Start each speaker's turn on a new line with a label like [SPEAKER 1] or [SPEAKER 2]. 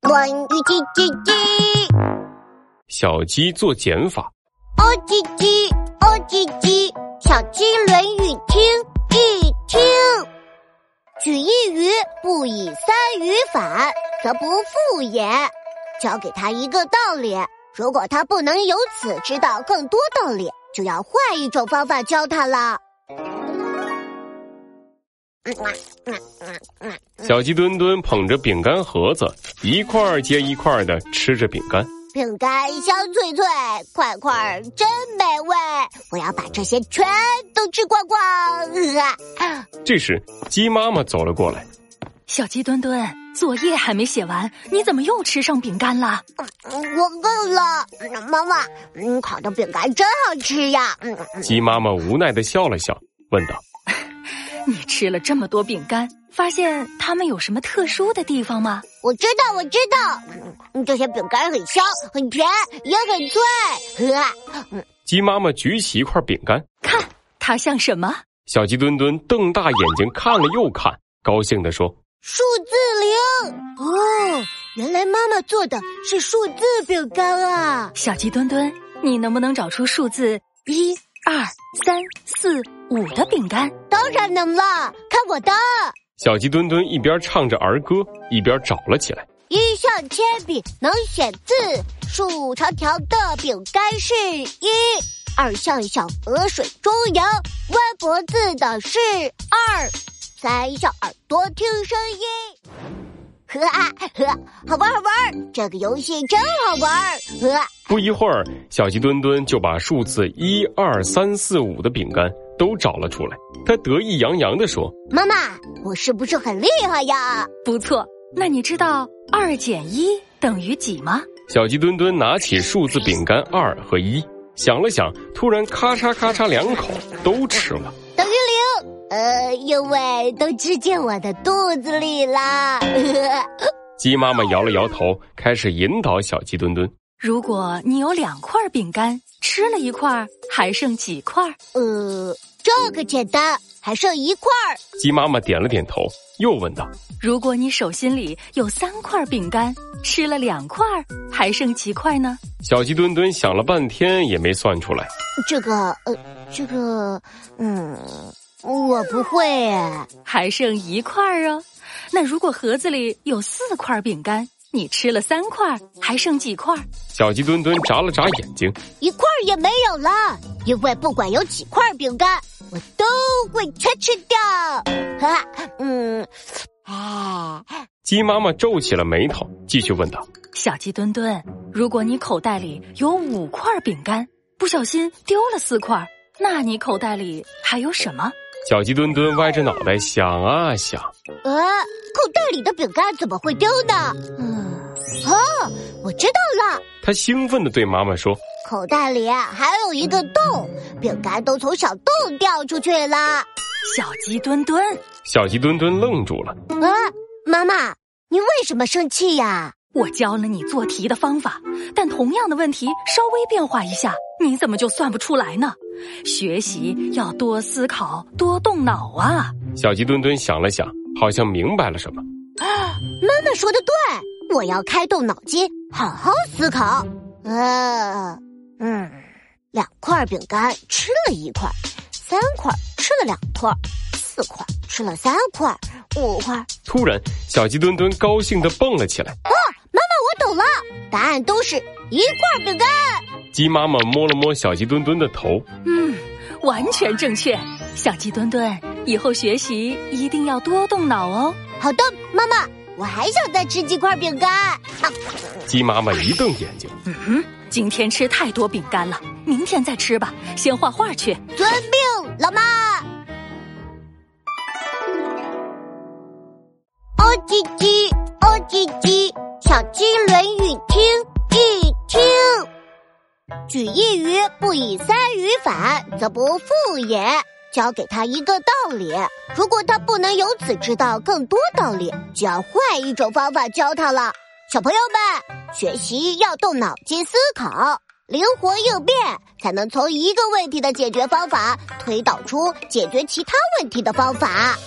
[SPEAKER 1] 关于鸡鸡鸡，
[SPEAKER 2] 小鸡做减法，
[SPEAKER 1] 哦鸡鸡哦鸡鸡，小鸡《论语》听一听。举一隅不以三隅反，则不复也。教给他一个道理，如果他不能由此知道更多道理，就要换一种方法教他了。
[SPEAKER 2] 小鸡墩墩捧着饼干盒子，一块儿接一块儿的吃着饼干。
[SPEAKER 1] 饼干香脆脆，块块儿真美味，我要把这些全都吃光呃光。
[SPEAKER 2] 这时，鸡妈妈走了过来，
[SPEAKER 3] 小鸡墩墩，作业还没写完，你怎么又吃上饼干了？
[SPEAKER 1] 我饿了，嗯妈妈，嗯，烤的饼干真好吃呀。嗯嗯
[SPEAKER 2] 鸡妈妈无奈的笑了笑，问道
[SPEAKER 3] 你吃了这么多饼干，发现它们有什么特殊的地方吗？
[SPEAKER 1] 我知道，我知道，嗯这些饼干很香、很甜，也很脆。嗯：“
[SPEAKER 2] 鸡妈妈举起一块饼干。
[SPEAKER 3] 看它像什么？”
[SPEAKER 2] 小鸡墩墩瞪大眼睛看了又看，高兴地说
[SPEAKER 1] 数字零哦，原来妈妈做的是数字饼干啊！
[SPEAKER 3] 小鸡墩墩，你能不能找出数字一、二、三、四、五的饼干？
[SPEAKER 1] 当然能了，看我的！：“
[SPEAKER 2] 小鸡墩墩一边唱着儿歌，一边找了起来。
[SPEAKER 1] 一橡铅笔能写字，竖长条的饼干是一；二像小河水中游，弯脖子的是二；三像耳朵听声音。呵啊呵，好玩好玩，这个游戏真好玩。呵啊，”
[SPEAKER 2] 不一会儿，小鸡墩墩就把数字一二三四五的饼干都找了出来。他得意洋洋地说
[SPEAKER 1] 妈妈，我是不是很厉害呀？
[SPEAKER 3] 不错，那你知道二减一等于几吗？：“
[SPEAKER 2] 小鸡墩墩拿起数字饼干二和一，想了想，突然咔嚓咔嚓两口都吃了。”
[SPEAKER 1] 等于零，呃，因为都吃进我的肚子里啦。
[SPEAKER 2] 鸡妈妈摇了摇头，开始引导小鸡墩墩。
[SPEAKER 3] 如果你有两块饼干，吃了一块儿，还剩几块儿？
[SPEAKER 1] 呃，这个简单，还剩一块儿。
[SPEAKER 2] 鸡妈妈点了点头，又问道
[SPEAKER 3] 如果你手心里有三块饼干，吃了两块儿，还剩几块呢？：“
[SPEAKER 2] 小鸡墩墩想了半天也没算出来。
[SPEAKER 1] 这个，呃，这个，嗯，我不会。
[SPEAKER 3] 还剩一块儿哦。那如果盒子里有四块饼干，你吃了三块儿，还剩几块儿？”
[SPEAKER 2] 小鸡墩墩眨了眨眼睛，
[SPEAKER 1] 一块儿也没有了，因为不管有几块饼干，我都会全吃掉。哈，嗯，哎，
[SPEAKER 2] 鸡妈妈皱起了眉头，继续问道
[SPEAKER 3] 小鸡墩墩，如果你口袋里有五块饼干，不小心丢了四块儿，那你口袋里还有什么？：“
[SPEAKER 2] 小鸡墩墩歪着脑袋想啊想，
[SPEAKER 1] 呃，口袋里的饼干怎么会丢呢？嗯，哦，我知道了，
[SPEAKER 2] 他兴奋地对妈妈说
[SPEAKER 1] 口袋里还有一个洞，饼干都从小洞掉出去了。
[SPEAKER 3] 小鸡墩墩，：‘
[SPEAKER 2] 小鸡墩墩愣住了。
[SPEAKER 1] 啊，妈妈，你为什么生气呀？
[SPEAKER 3] 我教了你做题的方法，但同样的问题稍微变化一下，你怎么就算不出来呢？学习要多思考，多动脑啊！”
[SPEAKER 2] 小鸡墩墩想了想，好像明白了什么。
[SPEAKER 1] 妈妈说的对，我要开动脑筋，好好思考。呃，嗯，两块饼干吃了一块，三块吃了两块，四块吃了三块，五块。
[SPEAKER 2] 突然，小鸡墩墩高兴地蹦了起来。
[SPEAKER 1] 妈妈，我懂了，答案都是一块饼干。
[SPEAKER 2] 鸡妈妈摸了摸小鸡墩墩的头，
[SPEAKER 3] 嗯，完全正确。小鸡墩墩，以后学习一定要多动脑哦。
[SPEAKER 1] 好的，妈妈，我还想再吃几块饼干。啊
[SPEAKER 2] 鸡妈妈一瞪眼睛。
[SPEAKER 3] 嗯哼，今天吃太多饼干了，明天再吃吧，先画画去。
[SPEAKER 1] 遵命，老妈。哦唧唧，哦唧唧，小鸡《论语》听一听。举一隅不以三隅反，则不复也。教给他一个道理，如果他不能由此知道更多道理，就要换一种方法教他了。小朋友们，学习要动脑筋思考，灵活应变，才能从一个问题的解决方法推导出解决其他问题的方法。